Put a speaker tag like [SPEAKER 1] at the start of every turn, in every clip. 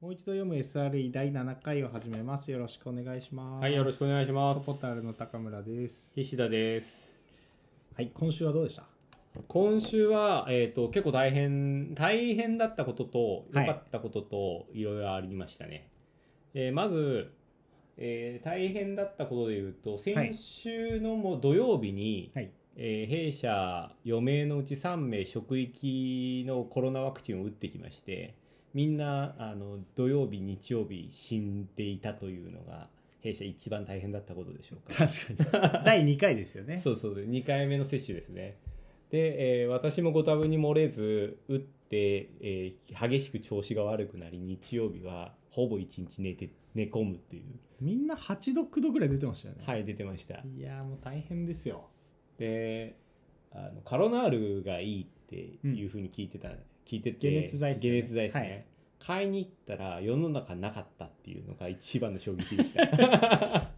[SPEAKER 1] もう一度読む SRE 第7回を始めます。よろしくお願いします。
[SPEAKER 2] はい、よろしくお願いします。
[SPEAKER 1] ポタルの高村です。
[SPEAKER 2] 西田です。
[SPEAKER 1] はい、今週はどうでした
[SPEAKER 2] 今週は、えっ、と、結構大変、大変だったことと、
[SPEAKER 1] はい
[SPEAKER 2] 良かったことと、いろいろありましたね。えーまず、えー大変だったことで言うと、先週のもう土曜日に、
[SPEAKER 1] はい。
[SPEAKER 2] えー弊社4名のうち3名職域のコロナワクチンを打ってきましてみんなあの土曜日日曜日死んでいたというのが弊社一番大変だったことでしょうか
[SPEAKER 1] 確かに。第2回ですよね。
[SPEAKER 2] そうそうそう2回目の接種ですねで、えー私もご多分に漏れず打って、えー激しく調子が悪くなり日曜日はほぼ一日寝て寝込むという
[SPEAKER 1] みんな8度9度ぐらい出てましたよね。
[SPEAKER 2] はい出てました
[SPEAKER 1] い、やーもう大変ですよ。
[SPEAKER 2] であのカロナールがいいっていうふうに聞いてた、聞いてて
[SPEAKER 1] 解熱剤っすよね
[SPEAKER 2] 解熱剤ですね
[SPEAKER 1] はい
[SPEAKER 2] 買いに行ったら世の中なかったっていうのが一番の衝撃でした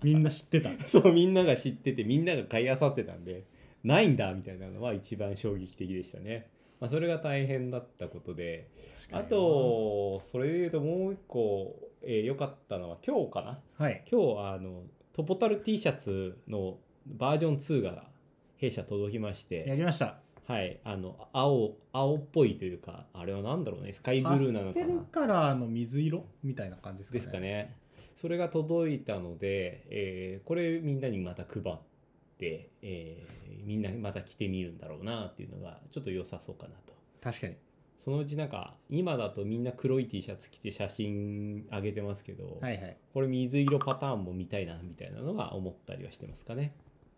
[SPEAKER 1] みんな知ってた。
[SPEAKER 2] そうみんなが知っててみんなが買い漁ってたんでないんだみたいなのは一番衝撃的でしたね、まあ、それが大変だったことであ、とそれで言うともう一個良、えー良かったのは今日かな
[SPEAKER 1] はい。
[SPEAKER 2] 今日あのトポタル T シャツのバージョン2が弊社届きまして
[SPEAKER 1] やりました。
[SPEAKER 2] はい、あの青青っぽいというかあれは何だろうねスカイブルーなのか
[SPEAKER 1] パステル
[SPEAKER 2] な
[SPEAKER 1] カラーの水色みたいな感じですかね。
[SPEAKER 2] ですかねそれが届いたので、えーこれみんなにまた配って、えーみんなまた着てみるんだろうなっていうのがちょっと良さそうかなと
[SPEAKER 1] 確かに。
[SPEAKER 2] そのうちなんか今だとみんな黒い T シャツ着て写真上げてますけど、
[SPEAKER 1] はいはい。
[SPEAKER 2] これ水色パターンも見たいなみたいなのは思ったりはしてますかね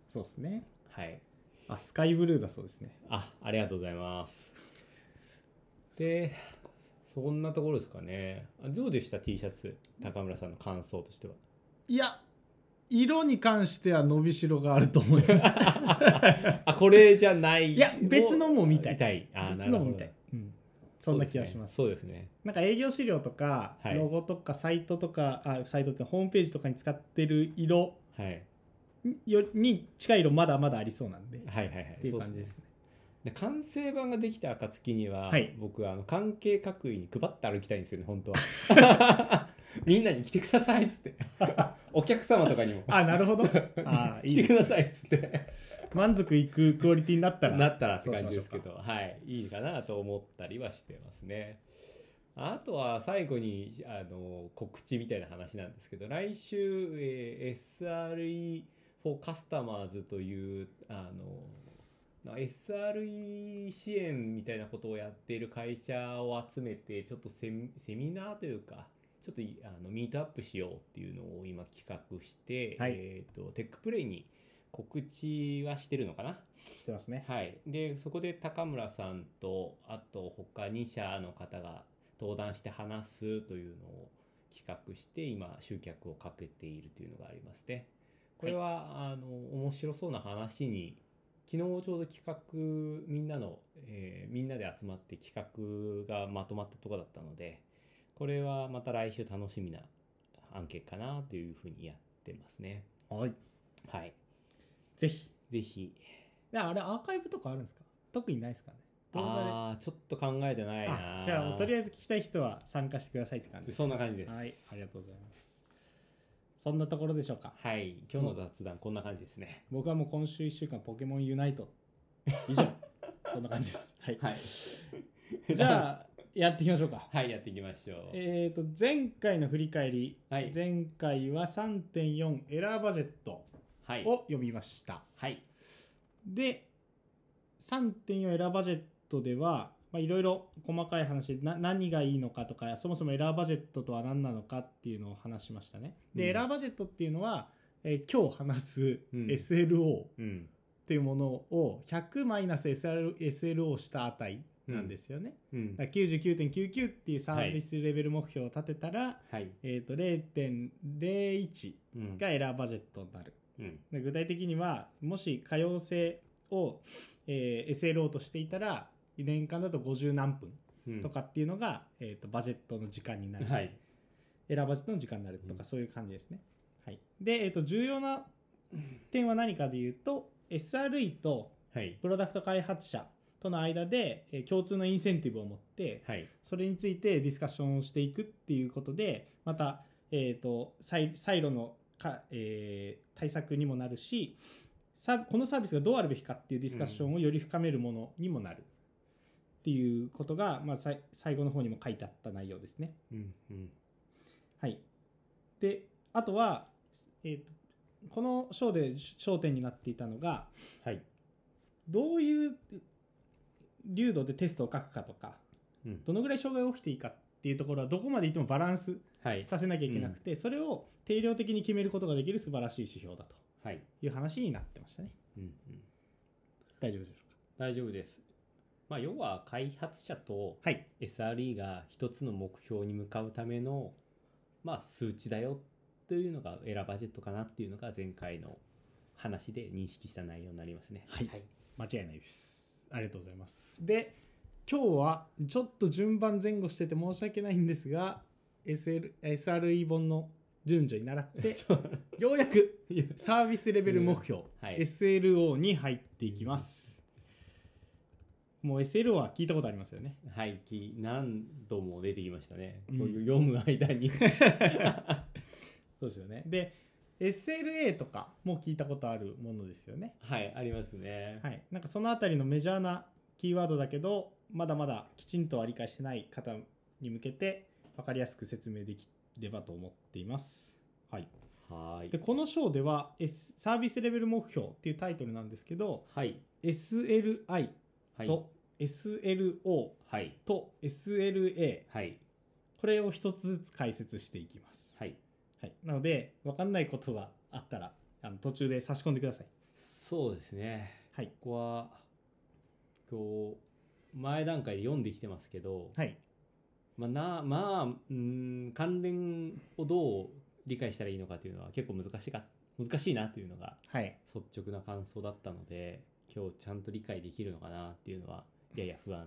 [SPEAKER 1] そうですね。
[SPEAKER 2] はい
[SPEAKER 1] あ、スカイブルーだそうですね。
[SPEAKER 2] あありがとうございます。で、そんなところですかね。あどうでした ?T シャツ、高村さんの感想としては。
[SPEAKER 1] いや、色に関しては伸びしろがあると思い ます。
[SPEAKER 2] あ、これじゃない。
[SPEAKER 1] いや別のも見たい
[SPEAKER 2] 見たい。あ
[SPEAKER 1] 別のも見たい。。うん、そんな気が
[SPEAKER 2] が
[SPEAKER 1] します。
[SPEAKER 2] そうですね。
[SPEAKER 1] なんか営業資料とか、
[SPEAKER 2] はい
[SPEAKER 1] ロゴとかサイトとかあサイトってホームページとかに使ってる色
[SPEAKER 2] はい。
[SPEAKER 1] によに近い色まだまだありそうなんで、
[SPEAKER 2] はいはいはい。
[SPEAKER 1] っていう
[SPEAKER 2] そう
[SPEAKER 1] 感じです
[SPEAKER 2] ね。で完成版ができた暁には、
[SPEAKER 1] はい
[SPEAKER 2] 僕あの関係各位に配って歩きたいんですよね本当は みんなに来てくださいっつってお客様とかにも
[SPEAKER 1] あなる ほどあいい
[SPEAKER 2] 来て
[SPEAKER 1] です
[SPEAKER 2] くださいっつって
[SPEAKER 1] 満足いくクオリティになったら
[SPEAKER 2] なったらって
[SPEAKER 1] そうし
[SPEAKER 2] 感
[SPEAKER 1] ま
[SPEAKER 2] じ
[SPEAKER 1] しょ
[SPEAKER 2] で
[SPEAKER 1] う
[SPEAKER 2] す
[SPEAKER 1] か
[SPEAKER 2] けどはいいいかなと思ったりはしてますねあとは最後にあの告知みたいな話なんですけど来週、えー SRE for Customers というあのな SRE 支援みたいなことをやっている会社を集めてちょっとセミセミナーというかちょっといあのミートアップしようっていうのを今企画して、
[SPEAKER 1] はい
[SPEAKER 2] えー、とテックプレイに告知はしてるのかな
[SPEAKER 1] してますね
[SPEAKER 2] はい、でそこで高村さんとあと他2社の方が登壇して話すというのを企画して今集客をかけているというのがありますね。これは、あの面白そうな話に昨日ちょうど企画みんなの、えーみんなで集まって企画がまとまったとこだったのでこれはまた来週楽しみな案件かなというふうにやってますね。
[SPEAKER 1] はい
[SPEAKER 2] はい、
[SPEAKER 1] ぜひ
[SPEAKER 2] ぜひ
[SPEAKER 1] であれアーカイブとかあるんですか特にないですかね動画
[SPEAKER 2] ああーちょっと考えてな
[SPEAKER 1] で
[SPEAKER 2] いな
[SPEAKER 1] あじゃあとりあ
[SPEAKER 2] え
[SPEAKER 1] えず聞きたい人は参加してくださいって感じです
[SPEAKER 2] そんな感じです
[SPEAKER 1] はいありがとうございますそんなところでしょうか
[SPEAKER 2] はい今日の雑談こんな感じですね
[SPEAKER 1] 僕はもう今週1週間ポケモンユナイト以 上そんな感じですはい
[SPEAKER 2] はい
[SPEAKER 1] じゃあやっていきましょうか。
[SPEAKER 2] はいやっていきましょう
[SPEAKER 1] えっ、と前回の振り返り、
[SPEAKER 2] はい
[SPEAKER 1] 前回は3.4エラーバジェット
[SPEAKER 2] はい
[SPEAKER 1] を読みました。
[SPEAKER 2] はい
[SPEAKER 1] で3.4エラーバジェットではまあいろいろ細かい話な何がいいのかとかそもそもエラーバジェットとは何なのかっていうのを話しましたね。で、
[SPEAKER 2] うん
[SPEAKER 1] エラーバジェットっていうのは、えー今日話す
[SPEAKER 2] うん
[SPEAKER 1] SLO っ
[SPEAKER 2] うん
[SPEAKER 1] ていうものを 100-SLO した値なんですよね。
[SPEAKER 2] うん
[SPEAKER 1] だから99.99っていうサービスレベル目標を立てたら、
[SPEAKER 2] はい
[SPEAKER 1] えー、と0.01
[SPEAKER 2] うん
[SPEAKER 1] がエラーバジェットになる。
[SPEAKER 2] うん
[SPEAKER 1] で具体的にはもし可用性を、えー SLO としていたら年間だと50何分
[SPEAKER 2] うん
[SPEAKER 1] とかっていうのが、えー、とバジェットの時間になる、
[SPEAKER 2] はい
[SPEAKER 1] エラーバジェットの時間になるとか、
[SPEAKER 2] うん
[SPEAKER 1] そういう感じですね。はい、で、えー、と重要な点は何かで言うと SRE と
[SPEAKER 2] はい
[SPEAKER 1] プロダクト開発者ととの間で、えー共通のインセンティブを持って、
[SPEAKER 2] はい。
[SPEAKER 1] それについてディスカッションをしていくっていうことで、また、えっ、と、サイサイロのか、えー対策にもなるし、さこのサービスがどうあるべきかっていうディスカッションをより深めるものにもなる。っていうことが、まあ、さい最後の方にも書いてあった内容ですね。
[SPEAKER 2] うんうん。
[SPEAKER 1] はい。で、あとは、えーとこの章で焦点になっていたのが、
[SPEAKER 2] はい。
[SPEAKER 1] どういう流度でテストを書くかとか、
[SPEAKER 2] うん。
[SPEAKER 1] どのぐらい障害が起きていいかっていうところはどこまでいってもバランス
[SPEAKER 2] はい。
[SPEAKER 1] させなきゃいけなくて、それを定量的に決めることができる素晴らしい指標だと
[SPEAKER 2] はい。
[SPEAKER 1] いう話になってましたね。
[SPEAKER 2] うんうん。
[SPEAKER 1] 大丈夫でしょう
[SPEAKER 2] 大丈夫です。まあ、要は開発者と
[SPEAKER 1] か。はい。
[SPEAKER 2] SRE が一つの目標に向かうための、まあ、数値だよというのがエラーバジェットかなっていうのが前回の話で認識した内容になりますね。
[SPEAKER 1] はい間違いないです。ありがとうございます。で、今日はちょっと順番前後してて申し訳ないんですが、SL SRE 本の順序に習 って、ようや くサービスレベル目標、
[SPEAKER 2] はい
[SPEAKER 1] SLO に入っていきます。もう SLO は聞いたことありますよね。
[SPEAKER 2] はい、き何度も出てきましたね。
[SPEAKER 1] うん
[SPEAKER 2] こういう読む間 に。
[SPEAKER 1] そうですよね。で、SLA とかも聞いたことあるものですよね。
[SPEAKER 2] はい、ありますね。
[SPEAKER 1] はい。なんかそのあたりのメジャーなキーワードだけど、まだまだきちんとは理解してない方に向けて、わかりやすく説明できればと思っています。はい。
[SPEAKER 2] はー
[SPEAKER 1] で、
[SPEAKER 2] い。
[SPEAKER 1] この章では、S、サービスレベル目標っていうタイトルなんですけど、
[SPEAKER 2] はい。
[SPEAKER 1] SLI
[SPEAKER 2] はい。
[SPEAKER 1] と SLO
[SPEAKER 2] はい。
[SPEAKER 1] と SLA、
[SPEAKER 2] はい。
[SPEAKER 1] これを一つずつ解説していきます。
[SPEAKER 2] はい。
[SPEAKER 1] はい、なので分かんないことがあったらあの途中で差し込んでください。
[SPEAKER 2] そうですね。
[SPEAKER 1] はい、
[SPEAKER 2] ここは、こう、前段階で読んできてますけど、
[SPEAKER 1] はい、
[SPEAKER 2] まあ、なまあうーん関連をどう理解したらいいのかというのは結構難しか難しいなというのが
[SPEAKER 1] はい、
[SPEAKER 2] 率直な感想だったので今日ちゃんと理解できるのかなっていうのはやや不安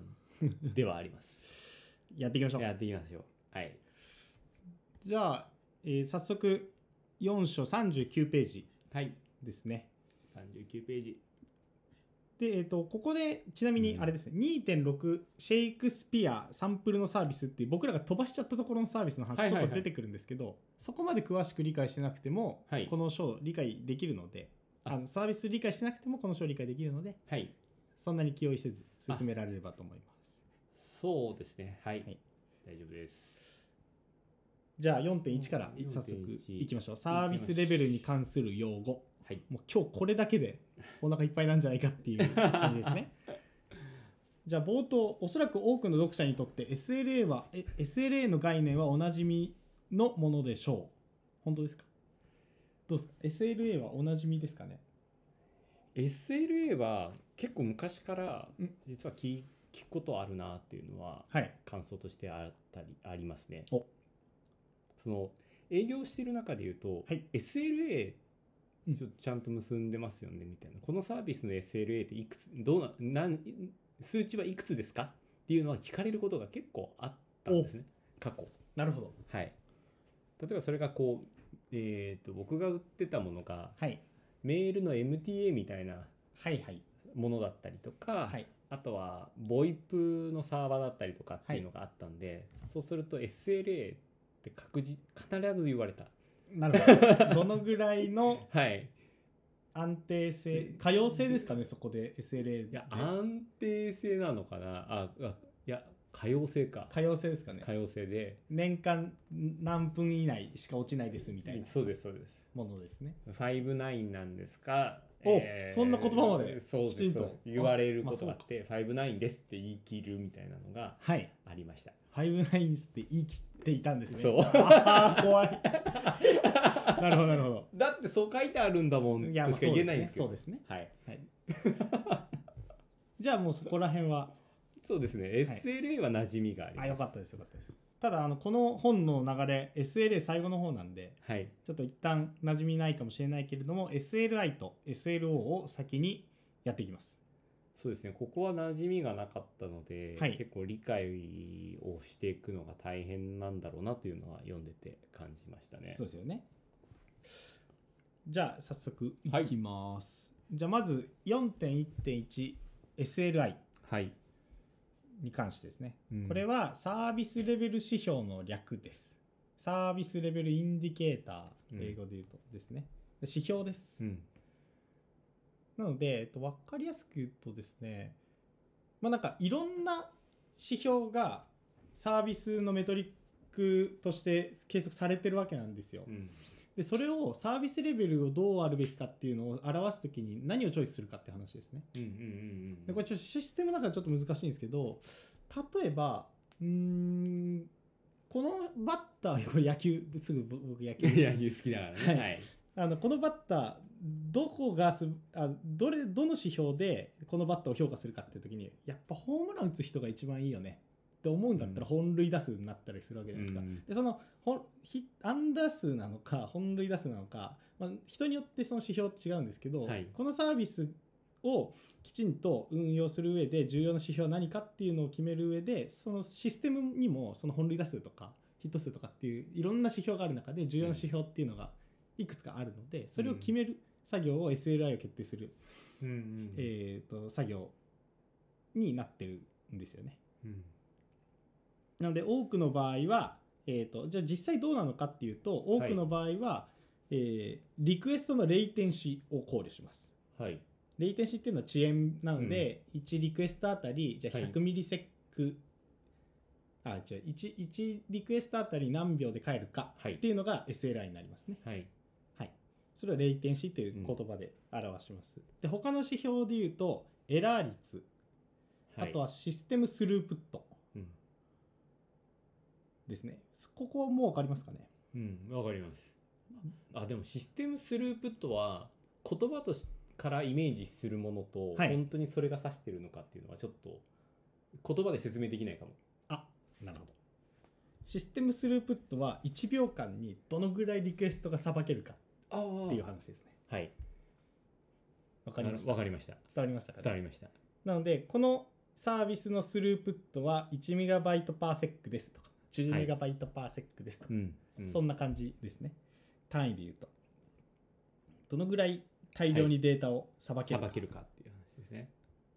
[SPEAKER 2] ではあります
[SPEAKER 1] やっていきましょ
[SPEAKER 2] や
[SPEAKER 1] う。
[SPEAKER 2] っていきましょうはい
[SPEAKER 1] じゃあ、えー早速4章39ページ
[SPEAKER 2] はい
[SPEAKER 1] ですね。
[SPEAKER 2] 39ページ
[SPEAKER 1] で、えっとここでちなみに
[SPEAKER 2] うん
[SPEAKER 1] あれですね、2.6シェイクスピアサンプルのサービスっていう僕らが飛ばしちゃったところのサービスの
[SPEAKER 2] は
[SPEAKER 1] 話
[SPEAKER 2] い
[SPEAKER 1] ち
[SPEAKER 2] はい
[SPEAKER 1] ょ
[SPEAKER 2] は
[SPEAKER 1] っ
[SPEAKER 2] い
[SPEAKER 1] と出てくるんですけど、そこまで詳しく理解してなくても、
[SPEAKER 2] はい
[SPEAKER 1] この章理解できるので
[SPEAKER 2] あ
[SPEAKER 1] あのサービス理解してなくてもこの章理解できるので
[SPEAKER 2] はい
[SPEAKER 1] そんなに気負いせず進められればと思います。
[SPEAKER 2] そうですねはい、
[SPEAKER 1] はい
[SPEAKER 2] 大丈夫です
[SPEAKER 1] じゃあ4.1から
[SPEAKER 2] 4.1
[SPEAKER 1] 早速いきましょう。サービスレベルに関する用語。
[SPEAKER 2] はい
[SPEAKER 1] もう今日これだけでお腹いっぱいなんじゃないかっていう感じです ね。じゃあ冒頭、おそらく多くの読者にとって SLA は、え SLA の概念はおなじみのものでしょう。本当ですかどうですか ?SLA はおなじみですかね
[SPEAKER 2] SLA は結構昔から
[SPEAKER 1] うん
[SPEAKER 2] 実は聞聞くことあるなっていうのは
[SPEAKER 1] はい。
[SPEAKER 2] 感想としてあったりありますね
[SPEAKER 1] お。
[SPEAKER 2] その営業してる中で言うと、
[SPEAKER 1] はい
[SPEAKER 2] SLA
[SPEAKER 1] うん
[SPEAKER 2] ちょっとちゃんと結んでますよねみたいな、このサービスの SLA っていくつどうななん数値はいくつですかっていうのは聞かれることが結構あったんですね過去。
[SPEAKER 1] なるほど。
[SPEAKER 2] はい、例えばそれがこう、えー、と僕が売ってたものが
[SPEAKER 1] はい。
[SPEAKER 2] メールの MTA みたいな
[SPEAKER 1] はいはい。
[SPEAKER 2] ものだったりとか、
[SPEAKER 1] はい。
[SPEAKER 2] あとは VoIP のサーバーだったりとかっていうのがあったんで、そうすると SLA って確実必ず言われた
[SPEAKER 1] なるほ ど。どのぐらいの
[SPEAKER 2] はい
[SPEAKER 1] 安定性、可用性ですかね、そこで SLA で。
[SPEAKER 2] いや安定性なのかなああいや可用性か
[SPEAKER 1] 可用性ですかね
[SPEAKER 2] 可用性で
[SPEAKER 1] 年間何分以内しか落ちないですみたいな
[SPEAKER 2] そうですそうです
[SPEAKER 1] ものですね
[SPEAKER 2] 59なんですか
[SPEAKER 1] おそんな言葉まで
[SPEAKER 2] そうです
[SPEAKER 1] きちんと
[SPEAKER 2] そうです言われることがあ
[SPEAKER 1] あまあ
[SPEAKER 2] って、59ですって言い切るみたいなのが
[SPEAKER 1] はい
[SPEAKER 2] ありました
[SPEAKER 1] 59って言い切っていたんですね
[SPEAKER 2] そう
[SPEAKER 1] あー怖い なるほどなるほど
[SPEAKER 2] だってそう書いてあるんだもんと
[SPEAKER 1] い
[SPEAKER 2] し
[SPEAKER 1] や
[SPEAKER 2] か
[SPEAKER 1] まあそう
[SPEAKER 2] 言え
[SPEAKER 1] です
[SPEAKER 2] ないんで
[SPEAKER 1] ね
[SPEAKER 2] すけど
[SPEAKER 1] そうですね
[SPEAKER 2] はい
[SPEAKER 1] じゃあもうそこら辺は
[SPEAKER 2] そうですね SLA は馴染みがありま
[SPEAKER 1] あ
[SPEAKER 2] す、
[SPEAKER 1] よかったですよかったですただあのこの本の流れ SLA 最後の方なんで
[SPEAKER 2] はい
[SPEAKER 1] ちょっと一旦馴染みないかもしれないけれども SLI と SLO を先にやっていきます
[SPEAKER 2] そうですねここは馴染みがなかったので、
[SPEAKER 1] はい
[SPEAKER 2] 結構理解をしていくのが大変なんだろうなというのは読んでて感じましたね
[SPEAKER 1] そうですよね。じゃあ早速いきます。じゃあまず4.1.1 SLI
[SPEAKER 2] はい
[SPEAKER 1] に関してですね。
[SPEAKER 2] うん
[SPEAKER 1] これはサービスレベル指標の略です。サービスレベルインディケータ
[SPEAKER 2] うん
[SPEAKER 1] ー、英語で言うとですね。で指標です。
[SPEAKER 2] うん
[SPEAKER 1] なので、えっと、分かりやすく言うとですね、まあなんかいろんな指標がサービスのメトリックとして計測されてるわけなんですよ
[SPEAKER 2] う。ん
[SPEAKER 1] で、それをサービスレベルをどうあるべきかっていうのを表すときに何をチョイスするかって話ですね。
[SPEAKER 2] うんうんうんう
[SPEAKER 1] で
[SPEAKER 2] ん
[SPEAKER 1] これちょっとシステムの中でちょっと難しいんですけど例えばうーんこのバッターこれ野球すぐ僕僕野球
[SPEAKER 2] いや 野球好きだからねはい
[SPEAKER 1] あのこのバッターどこがすあどれどの指標でこのバッターを評価するかっていう時にやっぱホームラン打つ人が一番いいよねって思うんだったら
[SPEAKER 2] う
[SPEAKER 1] 本塁打数になったりするわけじゃないですか、
[SPEAKER 2] うん
[SPEAKER 1] でそのほんヒアンダー数なのか本塁打数なのか、まあ、人によってその指標って違うんですけど、
[SPEAKER 2] はい
[SPEAKER 1] このサービスをきちんと運用する上で重要な指標は何かっていうのを決める上でそのシステムにもその本塁打数とかヒット数とかっていういろんな指標がある中で重要な指標っていうのがいくつかあるのでそれを決める作業を SLI を決定する、
[SPEAKER 2] うんうん
[SPEAKER 1] えー、と作業になってるんですよね。
[SPEAKER 2] うん
[SPEAKER 1] なので多くの場合は、えー、とじゃあ実際どうなのかっていうと多くの場合は、えーリクエストのレイテンシを考慮します。
[SPEAKER 2] はい
[SPEAKER 1] レイテンシっていうのは遅延なので、1リクエストあたりじゃあ
[SPEAKER 2] はい
[SPEAKER 1] 100ミリセック、あ違う 1, 1リクエストあたり何秒で帰るか
[SPEAKER 2] はい
[SPEAKER 1] っていうのが SLI になりますね。
[SPEAKER 2] はい
[SPEAKER 1] それはレイテンシという言葉で表します。で他の指標で言うとエラー率、
[SPEAKER 2] は
[SPEAKER 1] あ
[SPEAKER 2] い
[SPEAKER 1] とはシステムスループット
[SPEAKER 2] うん
[SPEAKER 1] ですね。ここはもう分かりますかね
[SPEAKER 2] うん、わかります。あ、でもシステムスループットは言葉としからイメージするものと、
[SPEAKER 1] はい
[SPEAKER 2] 本当にそれが指してるのかっていうのはちょっと言葉で説明できないかも。
[SPEAKER 1] なるほど。システムスループットは1秒間にどのぐらいリクエストがさばけるか
[SPEAKER 2] あ
[SPEAKER 1] っていう話ですね。
[SPEAKER 2] はい。
[SPEAKER 1] わかりました。
[SPEAKER 2] わか
[SPEAKER 1] 伝
[SPEAKER 2] りました。
[SPEAKER 1] わりましたかね
[SPEAKER 2] 伝わりました。
[SPEAKER 1] なので、このサービスのスループットは 1MB パーセックですとか、10MB パーセックですとか、
[SPEAKER 2] うん。う
[SPEAKER 1] そんな感じですね。単位で言うと。どのぐらい大量にデータをさばけ
[SPEAKER 2] さ
[SPEAKER 1] るか
[SPEAKER 2] ば
[SPEAKER 1] っ
[SPEAKER 2] けるかっていう話ですね。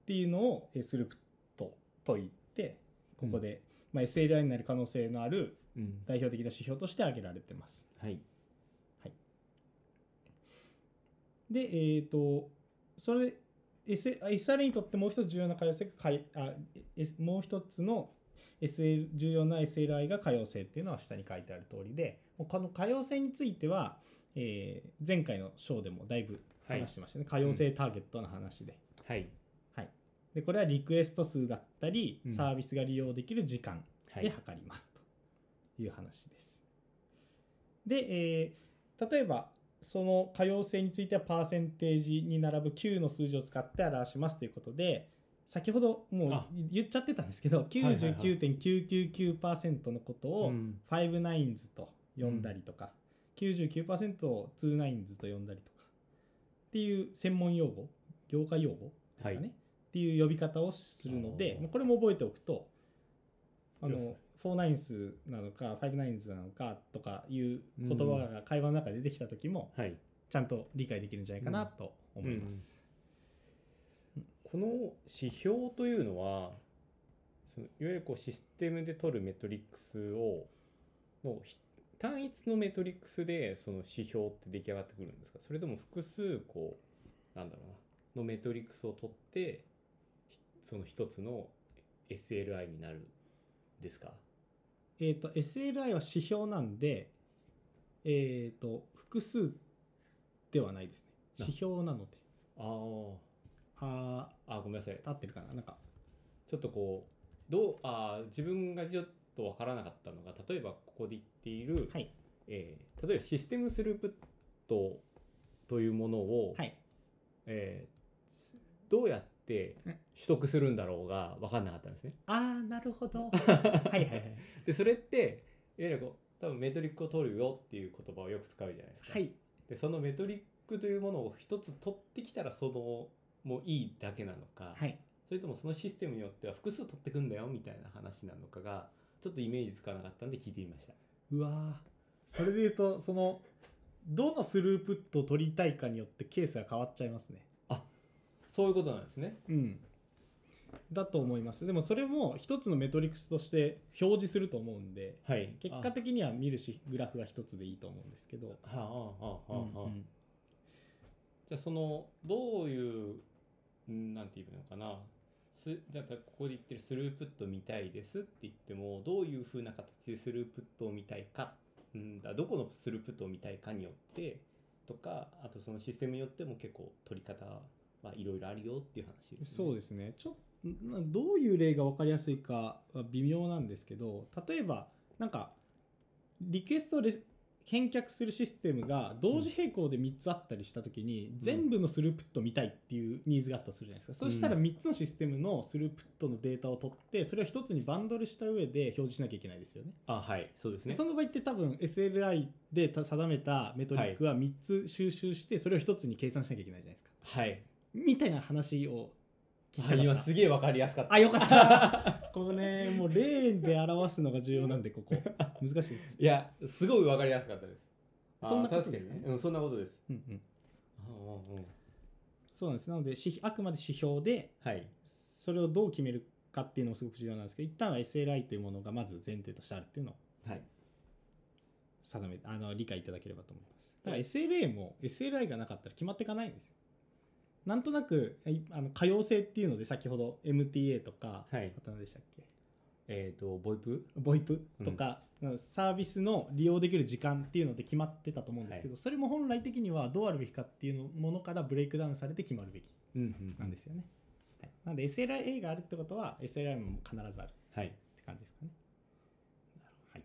[SPEAKER 1] ていうのをえースループットと言って、ここで、まあ、SLI になる可能性のある
[SPEAKER 2] うん。
[SPEAKER 1] 代表的な指標として挙げられてます。
[SPEAKER 2] はい。
[SPEAKER 1] で、えっ、と、それ、S- SRE にとってもう一つ重要な可用性がかいあ、S、もう一つの SL 重要な SLI が可用性っていうのは下に書いてある通りで、もうこの可用性については、えー前回の章でもだいぶ
[SPEAKER 2] はい
[SPEAKER 1] 話。してましたね。可用性ターゲットの話で。
[SPEAKER 2] はい。
[SPEAKER 1] で、これはリクエスト数だったり
[SPEAKER 2] う、ん
[SPEAKER 1] サービスが利用できる時間、
[SPEAKER 2] は
[SPEAKER 1] で
[SPEAKER 2] い。
[SPEAKER 1] 測りますという話です。で、えー例えばその可用性についてはパーセンテージに並ぶ9の数字を使って表しますということで先ほども
[SPEAKER 2] あ
[SPEAKER 1] う言っちゃってたんですけど
[SPEAKER 2] いはいはい
[SPEAKER 1] 99.999%のこと
[SPEAKER 2] う
[SPEAKER 1] を
[SPEAKER 2] ん。
[SPEAKER 1] 5ナインズと呼んだりとか、99%を2ナインズと呼んだりとかっていう専門用語業界用語ですかね、
[SPEAKER 2] はい
[SPEAKER 1] っていう呼び方をするので
[SPEAKER 2] おー
[SPEAKER 1] もうこれも覚えておくとあ
[SPEAKER 2] よ
[SPEAKER 1] の4ナインスなのか5ナインズなのかとかいう言葉が会話の中で出てきた時も
[SPEAKER 2] はい。
[SPEAKER 1] ちゃんと理解できるんじゃないかなと思います。
[SPEAKER 2] この指標というのはそのいわゆるこうシステムで取るメトリックスをのひ単一のメトリックスでその指標って出来上がってくるんですかそれとも複数こうなんだろうなのメトリックスを取ってひその一つの SLI になるんですか
[SPEAKER 1] えっ、と SLI は指標なんでえっ、と複数ではないですね
[SPEAKER 2] な
[SPEAKER 1] 指標なので
[SPEAKER 2] あー
[SPEAKER 1] あ
[SPEAKER 2] あごめんなさい
[SPEAKER 1] ー合ってるかななんか
[SPEAKER 2] ちょっとこうどうあー自分がちょっと分からなかったのが例えばここで言っている、
[SPEAKER 1] はい
[SPEAKER 2] えー例えばシステムスループットというものを、
[SPEAKER 1] はい
[SPEAKER 2] えーどうやって
[SPEAKER 1] うん
[SPEAKER 2] 取得するんだろうが分かんなかったんですね。
[SPEAKER 1] ああなるほ どはいはいはい
[SPEAKER 2] でそれっていわゆるこう多分メトリックを取るよっていう言葉をよく使うじゃないですか。
[SPEAKER 1] はい
[SPEAKER 2] でそのメトリックというものを一つ取ってきたらそのもういいだけなのか、
[SPEAKER 1] はい
[SPEAKER 2] それともそのシステムによっては複数取ってくんだよみたいな話なのかがちょっとイメージつかなかったんで聞いてみました。
[SPEAKER 1] うわーそれで言うとそのどのスループットを取りたいかによってケースが変わっちゃいますね
[SPEAKER 2] そういうことなんですね。
[SPEAKER 1] うんだと思いますでもそれも一つのメトリックスとして表示すると思うんで
[SPEAKER 2] はい
[SPEAKER 1] 結果的には見るしグラフは一つでいいと思うんですけど、
[SPEAKER 2] あはあはあ
[SPEAKER 1] う
[SPEAKER 2] はあ
[SPEAKER 1] ん
[SPEAKER 2] はあ、
[SPEAKER 1] うん
[SPEAKER 2] じゃあそのどういうんなんていうのかなすじゃあここで言ってるスループット見たいですって言ってもどういうふうな形でスループットを見たいかんだどこのスループットを見たいかによってとかあとそのシステムによっても結構取り方はいろいろあるよっていう話ですね。
[SPEAKER 1] そうですねちょっとなどういう例が分かりやすいかは微妙なんですけど例えばなんかリクエストをレ返却するシステムが同時並行で3つあったりした時に、全部のスループット見たいっていうニーズがあったとするじゃないですか、そしたら
[SPEAKER 2] うん
[SPEAKER 1] 3つのシステムのスループットのデータを取ってそれを1つにバンドルした上で表示しなきゃいけないですよね。
[SPEAKER 2] あはいそうです
[SPEAKER 1] で
[SPEAKER 2] ね。
[SPEAKER 1] その場合って多分 SLI で定めたメトリックは3つ収集してそれを1つに計算しなきゃいけないじゃないですか。
[SPEAKER 2] はい。
[SPEAKER 1] みたいな話を聞きたか
[SPEAKER 2] あ
[SPEAKER 1] った
[SPEAKER 2] 今すげえわかりやすかった。
[SPEAKER 1] あ、よかった。 このね、もう例で表すのが重要なんで、ここ。難しいです。
[SPEAKER 2] いやすごいわかりやすかったです。あー
[SPEAKER 1] そんなことですかね
[SPEAKER 2] 確かにね。うんそんなことです。
[SPEAKER 1] うんうん。
[SPEAKER 2] うんうんうん
[SPEAKER 1] そうなんです。なので、指あくまで指標で、
[SPEAKER 2] はい。
[SPEAKER 1] それをどう決めるかっていうのもすごく重要なんですけど、一旦は SLI というものがまず前提としてあるっていうのを
[SPEAKER 2] はい。
[SPEAKER 1] 定め、あの、理解いただければと思います。だから SLA も SLI がなかったら決まっていかないんですよ。なんとなく、いあの可用性っていうので、先ほど MTA とか、
[SPEAKER 2] はい
[SPEAKER 1] あと何でしたっけ
[SPEAKER 2] えっ、とボイプ
[SPEAKER 1] ボイプとか、サービスの利用できる時間っていうので決まってたと思うんですけど、それも本来的にはどうあるべきかっていうものからブレイクダウンされて決まるべき
[SPEAKER 2] うんうん
[SPEAKER 1] なんですよね。はい、なので SLA があるってことは SLI も必ずあるっ
[SPEAKER 2] はい
[SPEAKER 1] て感じですかね。なるほどはい、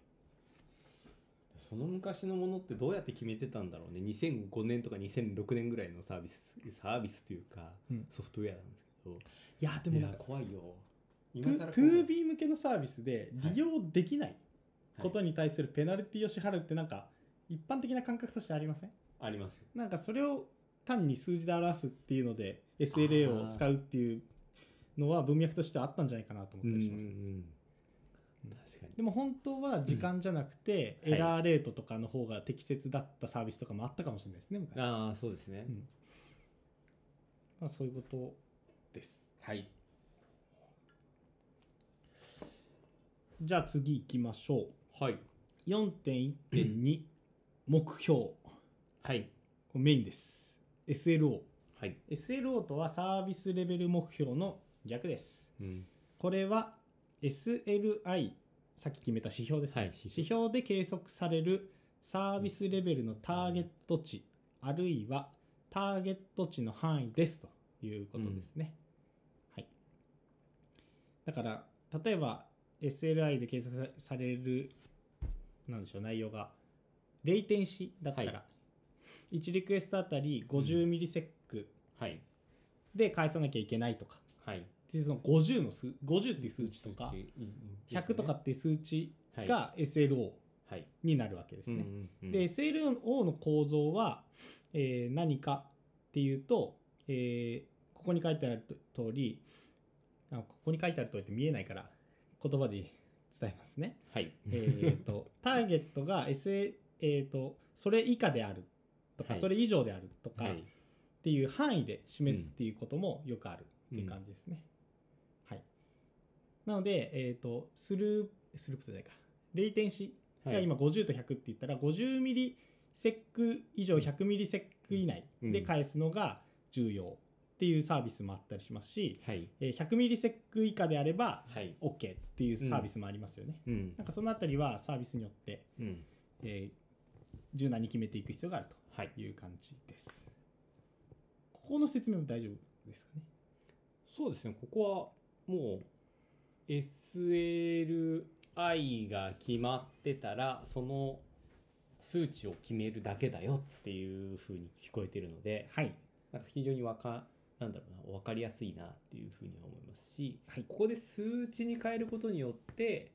[SPEAKER 2] その昔のものってどうやって決めてたんだろうね2005年とか2006年ぐらいのサービスサービスというか、
[SPEAKER 1] うん
[SPEAKER 2] ソフトウェアなんですけど
[SPEAKER 1] いやで
[SPEAKER 2] い
[SPEAKER 1] も
[SPEAKER 2] や
[SPEAKER 1] なんか
[SPEAKER 2] 怖いよ今更
[SPEAKER 1] 2B 向けのサービスで利用できないこ
[SPEAKER 2] はい
[SPEAKER 1] とに対するペナルティを支払うってなんか一般的な感覚としてありません
[SPEAKER 2] あります
[SPEAKER 1] なんかそれを単に数字で表すっていうので SLA を使うっていうのは文脈としてはあったんじゃないかなと思ったりします、
[SPEAKER 2] うん確かに
[SPEAKER 1] でも本当は時間じゃなくて、
[SPEAKER 2] うん
[SPEAKER 1] エラーレートとかの方が適切だったサービスとかもあったかもしれないですね昔、
[SPEAKER 2] ああそうですね、
[SPEAKER 1] うんまあ、そういうことです
[SPEAKER 2] はい
[SPEAKER 1] じゃあ次行きましょ
[SPEAKER 2] はい、
[SPEAKER 1] う4.1.2目標こ
[SPEAKER 2] はい、
[SPEAKER 1] れメインです SLO
[SPEAKER 2] はい、
[SPEAKER 1] SLO とはサービスレベル目標の逆です
[SPEAKER 2] うん、
[SPEAKER 1] これは SLI さっき決めた指標ですね、
[SPEAKER 2] はい
[SPEAKER 1] 指標で計測されるサービスレベルのターゲット値、あるいはターゲット値の範囲ですということですね、はいだから例えば SLI で計測されるなんでしょう内容がレイテンシだったら、
[SPEAKER 2] は
[SPEAKER 1] 1リクエストあたり50ミリセック
[SPEAKER 2] はい
[SPEAKER 1] で返さなきゃいけないとか、
[SPEAKER 2] はい
[SPEAKER 1] でその50の数50っていう数値とか
[SPEAKER 2] うんうん
[SPEAKER 1] 100とかっていう数値
[SPEAKER 2] はい
[SPEAKER 1] が SLO
[SPEAKER 2] はい
[SPEAKER 1] になるわけですね。
[SPEAKER 2] うんうんうん
[SPEAKER 1] で SLO の構造は、えー何かっていうと、えーここに書いてある通りあここに書いてある通りって見えないから言葉で伝えますね。
[SPEAKER 2] はい
[SPEAKER 1] えーとターゲットが S、えー、とそれ以下であるとか、
[SPEAKER 2] はい
[SPEAKER 1] それ以上であるとか、
[SPEAKER 2] はい
[SPEAKER 1] っていう範囲で示すっていうこともよくあるっていう感じですね。はい。なので、えっ、と、スルー、スループトじゃないか。レイテンシ
[SPEAKER 2] は
[SPEAKER 1] が
[SPEAKER 2] い
[SPEAKER 1] 今50と100って言ったら、50ミリセック以上100ミリセック以内で返すのが重要っていうサービスもあったりしますし、
[SPEAKER 2] はい
[SPEAKER 1] えー100ミリセック以下であれば
[SPEAKER 2] はい
[SPEAKER 1] OK っていうサービスもありますよね。
[SPEAKER 2] うん
[SPEAKER 1] なんかそのあたりはサービスによって、
[SPEAKER 2] うん
[SPEAKER 1] えー柔軟に決めていく必要があると。
[SPEAKER 2] はい
[SPEAKER 1] いう感じです。ここの説明も大丈夫ですかね。
[SPEAKER 2] そうですね、ここはもう SLI が決まってたら、その数値を決めるだけだよっていう風に聞こえてるので、
[SPEAKER 1] はい。
[SPEAKER 2] なんか非常にわか、なんだろうな、わかりやすいなっていう風には思いますし、
[SPEAKER 1] はい。
[SPEAKER 2] ここで数値に変えることによって、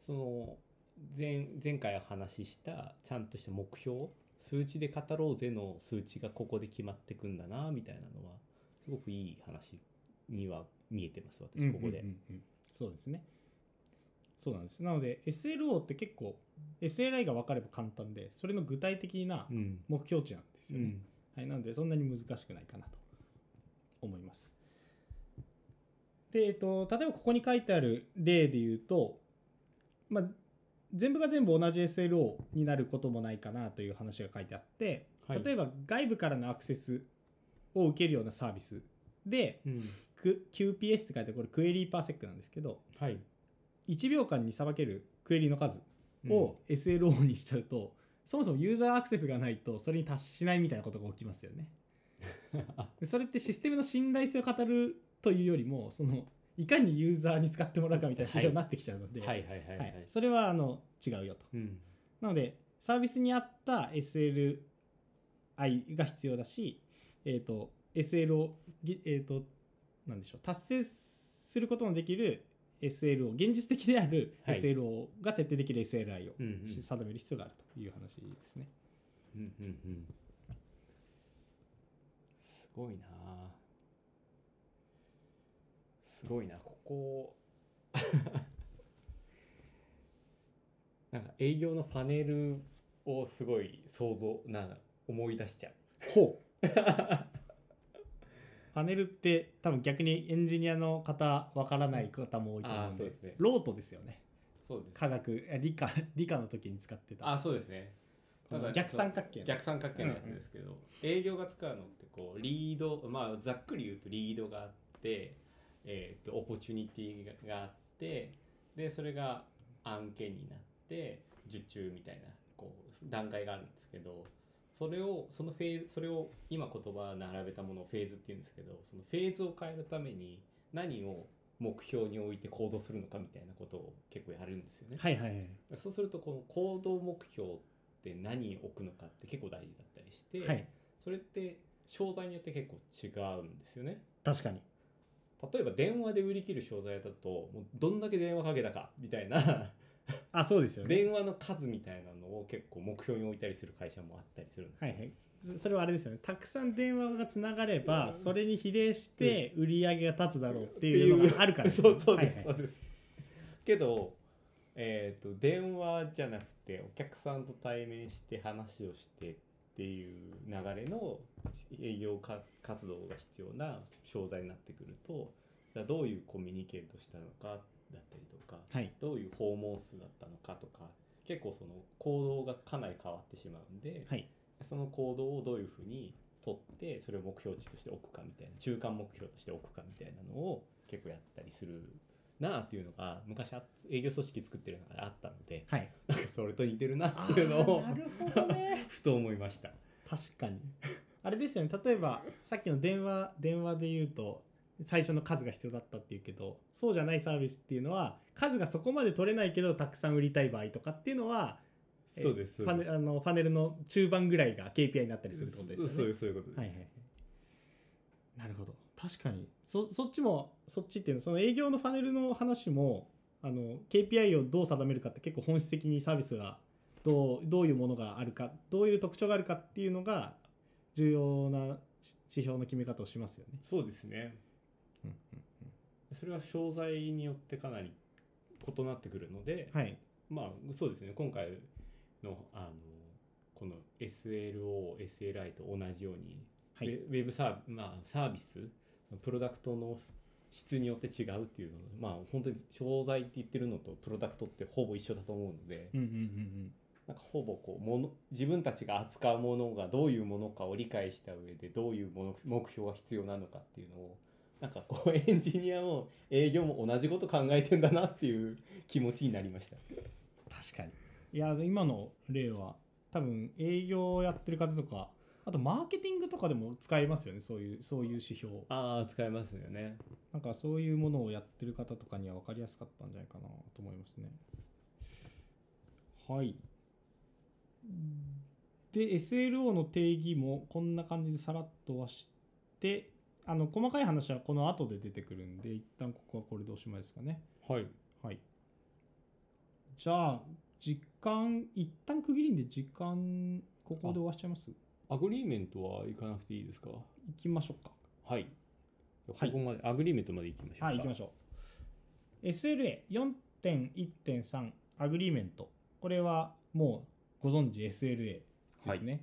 [SPEAKER 2] その前、前回お話しした、ちゃんとした目標、数値で語ろうぜの数値がここで決まってくんだな、みたいなのは、すごくいい話には見えてます、私、ここで
[SPEAKER 1] うんう。んうんうんそうですね。そうなんです。なので、SLO って結構、SLI が分かれば簡単で、それの具体的な
[SPEAKER 2] うん。
[SPEAKER 1] 目標値なんです
[SPEAKER 2] う
[SPEAKER 1] よね。
[SPEAKER 2] ん
[SPEAKER 1] はい。なので、そんなに難しくないかなと思います。で、えっと、例えばここに書いてある例で言うと、まあ、全部が全部同じ SLO になることもないかなという話が書いてあって、
[SPEAKER 2] はい
[SPEAKER 1] 例えば外部からのアクセスを受けるようなサービスで、
[SPEAKER 2] うん、
[SPEAKER 1] く QPS って書いてあるこれクエリーパーセックなんですけど、
[SPEAKER 2] はい。
[SPEAKER 1] 1秒間にさばけるクエリの数を SLO にしちゃうと、そもそもユーザーアクセスがないとそれに達しないみたいなことが起きますよ ね。でそれってシステムの信頼性を語るというよりもそのいかにユーザーに使ってもらうかみたいな市場になってきちゃうので、
[SPEAKER 2] はいはいはいは
[SPEAKER 1] はいい。それはあの違うよと。
[SPEAKER 2] うん。
[SPEAKER 1] なのでサービスに合った SLI が必要だし、えー、と SL を、ぎえー、となんでしょう達成することのできる SL を現実的である
[SPEAKER 2] はい
[SPEAKER 1] SL をが設定できる SLI を
[SPEAKER 2] うんうん
[SPEAKER 1] し定める必要があるという話ですね。
[SPEAKER 2] うんうんうん。すごいなあすごいなここ なんか営業のパネルをすごい想像なんだ思い出しちゃう
[SPEAKER 1] ほうパネルって多分逆にエンジニアの方わからない方も多いと思う
[SPEAKER 2] あー
[SPEAKER 1] ん
[SPEAKER 2] そう
[SPEAKER 1] で
[SPEAKER 2] ですね
[SPEAKER 1] ロートですよね
[SPEAKER 2] そうです
[SPEAKER 1] 科学いや理科 理科の時に使ってた
[SPEAKER 2] あそうですね
[SPEAKER 1] この逆三角形の
[SPEAKER 2] 逆三角形のやつですけど、営業が使うのってこうリードまあざっくり言うとリードがあって、えー、とオポチュニティがあってでそれが案件になって受注みたいなこう段階があるんですけどそれをそのフェーズそれを今言葉並べたものをフェーズって言うんですけどそのフェーズを変えるために何を目標に置いて行動するのかみたいなことを結構やるんですよね。
[SPEAKER 1] はいはいはい
[SPEAKER 2] そうするとこの行動目標って何を置くのかって結構大事だったりして、
[SPEAKER 1] はい
[SPEAKER 2] それって商材によって結構違うんですよね
[SPEAKER 1] 確かに
[SPEAKER 2] 例えば電話で売り切る商材だともうどんだけ電話かけたかみたい な
[SPEAKER 1] あそうですよね
[SPEAKER 2] 電話の数みたいなのを結構目標に置いたりする会社もあったりするんです
[SPEAKER 1] は
[SPEAKER 2] よ、
[SPEAKER 1] いはい、そそれはあれですよねたくさん電話がつながれば、
[SPEAKER 2] うん
[SPEAKER 1] それに比例して売り上げが立つだろうっていうのがあるからです
[SPEAKER 2] そ
[SPEAKER 1] よ
[SPEAKER 2] う
[SPEAKER 1] ね
[SPEAKER 2] そう
[SPEAKER 1] は
[SPEAKER 2] です、
[SPEAKER 1] いはい
[SPEAKER 2] そうですけどえっ、と電話じゃなくてお客さんと対面して話をしてっていう流れの営業か活動が必要な商材になってくるとじゃあどういうコミュニケートしたのかだったりとか
[SPEAKER 1] はい
[SPEAKER 2] どういう訪問数だったのかとか結構その行動がかなり変わってしまうんで、
[SPEAKER 1] はい
[SPEAKER 2] その行動をどういうふうに取ってそれを目標値として置くかみたいな中間目標として置くかみたいなのを結構やったりするなあっていうのが昔あ営業組織作ってる中であったので
[SPEAKER 1] はい
[SPEAKER 2] なんかそれと似てるな
[SPEAKER 1] あ
[SPEAKER 2] っていうの
[SPEAKER 1] ー
[SPEAKER 2] を
[SPEAKER 1] なるほどね
[SPEAKER 2] ふと思いました。
[SPEAKER 1] 確かにあれですよね例えばさっきの電話電話で言うと最初の数が必要だったっていうけどそうじゃないサービスっていうのは数がそこまで取れないけどたくさん売りたい場合とかっていうのはえ
[SPEAKER 2] そうですそう
[SPEAKER 1] パ
[SPEAKER 2] で
[SPEAKER 1] ネ
[SPEAKER 2] す
[SPEAKER 1] あのパネルの中盤ぐらいが KPI になったりするってことですよね
[SPEAKER 2] そうそうそういうことです。
[SPEAKER 1] はいはい、なるほど確かにそそっちもそっちっていうのその営業のパネルの話もあの KPI をどう定めるかって結構本質的にサービスがどうどういうものがあるかどういう特徴があるかっていうのが重要なし指標の決め方をしますよね。
[SPEAKER 2] そうですね。それは商材によってかなり異なってくるので、
[SPEAKER 1] はい、
[SPEAKER 2] まあそうですね今回のあのこの SLO、SLI と同じように、
[SPEAKER 1] は
[SPEAKER 2] ウ
[SPEAKER 1] い
[SPEAKER 2] ェウェブサー,、まあ、サービスそのプロダクトの質によって違うっていうのまあ本当に商材って言ってるのとプロダクトってほぼ一緒だと思うので
[SPEAKER 1] うんうんうん
[SPEAKER 2] なんかほぼこうもの自分たちが扱うものがどういうものかを理解した上でどういうもの目標が必要なのかっていうのをなんかこうエンジニアも営業も同じこと考えてんだなっていう気持ちになりました。
[SPEAKER 1] 確かにいや今の例は多分営業をやってる方とかあとマーケティングとかでも使えますよねそういうそういう指標
[SPEAKER 2] ああ使えますよね。
[SPEAKER 1] なんかそういうものをやってる方とかには分かりやすかったんじゃないかなと思いますね。はい。で、SLO の定義もこんな感じでさらっとはして、あの、細かい話はこの後で出てくるんで、一旦ここはこれでおしまいですかね。
[SPEAKER 2] はい。
[SPEAKER 1] はい。じゃあ、時間、一旦区切りんで時間、ここで終わしちゃいます
[SPEAKER 2] アグリーメントは行かなくていいですか
[SPEAKER 1] 行きましょうか。
[SPEAKER 2] はい。こ
[SPEAKER 1] はい
[SPEAKER 2] こまで、アグリーメントまで行きましょうか。
[SPEAKER 1] はい、行きましょう。SLA4.1.3 アグリーメント。これはもうご存知 SLA ですね。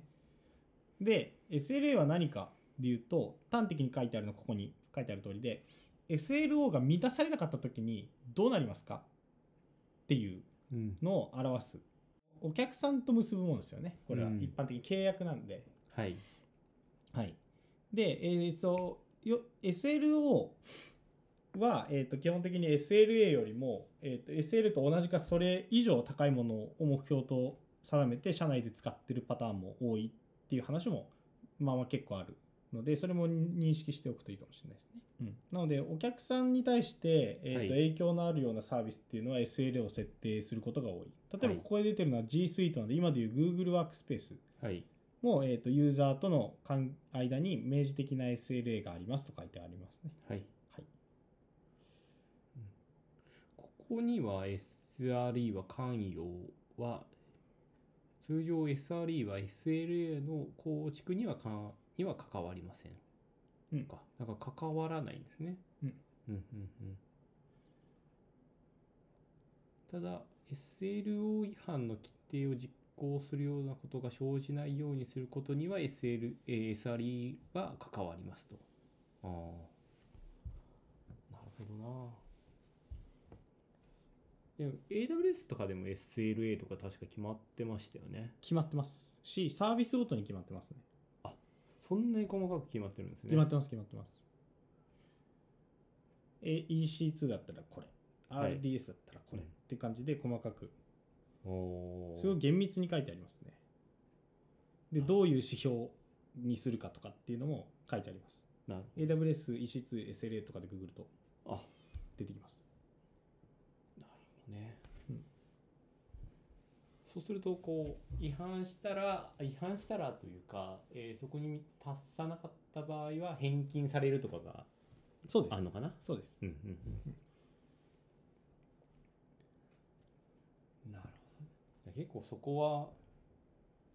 [SPEAKER 1] で、SLA は何かで言うと、端的に書いてあるのここに書いてある通りで、 SLO が満たされなかった時にどうなりますかっていう
[SPEAKER 2] うん
[SPEAKER 1] のを表すお客さんと結ぶものですよねこれは
[SPEAKER 2] うん
[SPEAKER 1] 一般的に契約なんで、
[SPEAKER 2] はい
[SPEAKER 1] はいでえーとよ SLO は、えー、と基本的に SLA よりも、えー、と SL と同じかそれ以上高いものを目標と定めて社内で使ってるパターンも多いっていう話もまあまあ結構あるのでそれも認識しておくといいかもしれないですね、うん、なのでお客さんに対して、えーと
[SPEAKER 2] はい
[SPEAKER 1] 影響のあるようなサービスっていうのは SLA を設定することが多い例えば
[SPEAKER 2] はい
[SPEAKER 1] ここで出てるのは G Suite なので今でいう Google ワークスペース
[SPEAKER 2] はい
[SPEAKER 1] も、えー、とユーザーとの間間に明示的な SLA がありますと書いてありますね。
[SPEAKER 2] はい
[SPEAKER 1] はい
[SPEAKER 2] うんここには SRE は関与は通常 SRE は SLA の構築にはかんには関わりません
[SPEAKER 1] うん
[SPEAKER 2] かなんか関わらないんですね
[SPEAKER 1] うん
[SPEAKER 2] うんうんうんただ SLO 違反の規定を実行するようなことが生じないようにすることには SL、えー SRE は関わりますと。ああ。なるほどな。でも AWS とかでも SLA とか確か決まってましたよね。
[SPEAKER 1] 決まってますしサービスごとに決まってますね。
[SPEAKER 2] そんなに細かく決まってるんですね。
[SPEAKER 1] 決まってます決まってます。え EC2 だったらこれ
[SPEAKER 2] はい
[SPEAKER 1] RDS だったらこれ、
[SPEAKER 2] うん
[SPEAKER 1] って感じで細かく
[SPEAKER 2] おー
[SPEAKER 1] すごい厳密に書いてありますね。でどういう指標にするかとかっていうのも書いてあります。
[SPEAKER 2] なる
[SPEAKER 1] AWS、EC2、SLA とかでググると
[SPEAKER 2] あ
[SPEAKER 1] 出てきます。
[SPEAKER 2] ね、
[SPEAKER 1] うん
[SPEAKER 2] そうするとこう違反したら違反したらというか、えーそこに達さなかった場合は返金されるとかが
[SPEAKER 1] そうで
[SPEAKER 2] ある
[SPEAKER 1] す
[SPEAKER 2] の。かな
[SPEAKER 1] そうです。
[SPEAKER 2] うんうんうんなるほど結構そこは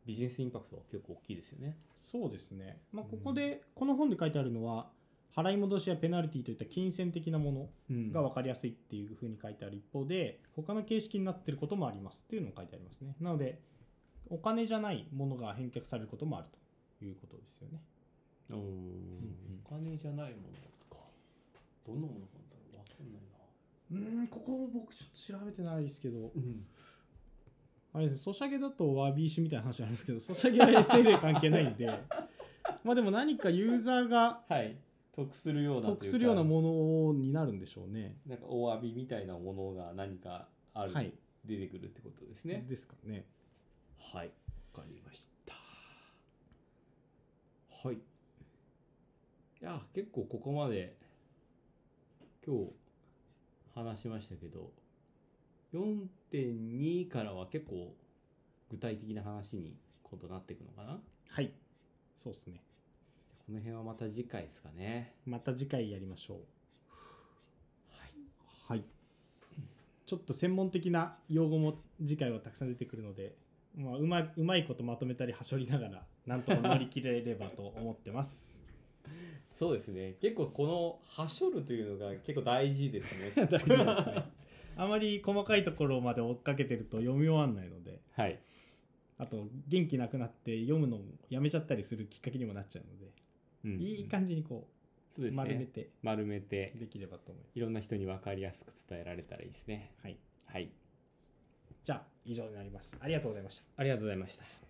[SPEAKER 2] ビジネスインパクトは結構大きいですよね
[SPEAKER 1] そうですね、まあ、
[SPEAKER 2] う
[SPEAKER 1] こ
[SPEAKER 2] ん
[SPEAKER 1] こで、この本で書いてあるのは払い戻しやペナルティといった金銭的なものが分かりやすいっていうふうに書いてある一方で他の形式になってることもありますっていうのも書いてありますねなのでお金じゃないものが返却されることもあるということですよね
[SPEAKER 2] おー
[SPEAKER 1] ん
[SPEAKER 2] お金じゃないものかどのものなんだろうわかんないな
[SPEAKER 1] うんここ僕ちょっと調べてないですけど
[SPEAKER 2] うん
[SPEAKER 1] あれですねソシャゲだとワービーシュみたいな話なんですけどソシャゲは SLA 関係ないんで まあでも何かユーザーが
[SPEAKER 2] はい得するようなというか
[SPEAKER 1] 得するようなものになるんでしょうね
[SPEAKER 2] なんかお詫びみたいなものが何かある、
[SPEAKER 1] はい
[SPEAKER 2] 出てくるってことですね
[SPEAKER 1] ですかね
[SPEAKER 2] はいわかりましたはいいや結構ここまで今日話しましたけど4.2からは結構具体的な話に今度なっていくのかな
[SPEAKER 1] はいそうですね
[SPEAKER 2] この辺はまた次回ですかね
[SPEAKER 1] また次回やりましょう
[SPEAKER 2] はい
[SPEAKER 1] はいちょっと専門的な用語も次回はたくさん出てくるので、まあ、うまいうまいことまとめたりはしょりながらなんとか乗り切れればと思って ます
[SPEAKER 2] そうですね結構このはしょるというのが結構大事です ね
[SPEAKER 1] 大事ですねあまり細かいところまで追っかけてると読み終わんないので
[SPEAKER 2] はい
[SPEAKER 1] あと元気なくなって読むのをやめちゃったりするきっかけにもなっちゃうので、
[SPEAKER 2] うん
[SPEAKER 1] いい感じにこ
[SPEAKER 2] そう
[SPEAKER 1] う
[SPEAKER 2] ですね
[SPEAKER 1] 丸めて
[SPEAKER 2] 丸めて
[SPEAKER 1] できればと思いま
[SPEAKER 2] いろんな人に分かりやすく伝えられたらいいですね
[SPEAKER 1] す、はい、
[SPEAKER 2] はい
[SPEAKER 1] じゃあ以上になりますありがとうございました
[SPEAKER 2] ありがとうございました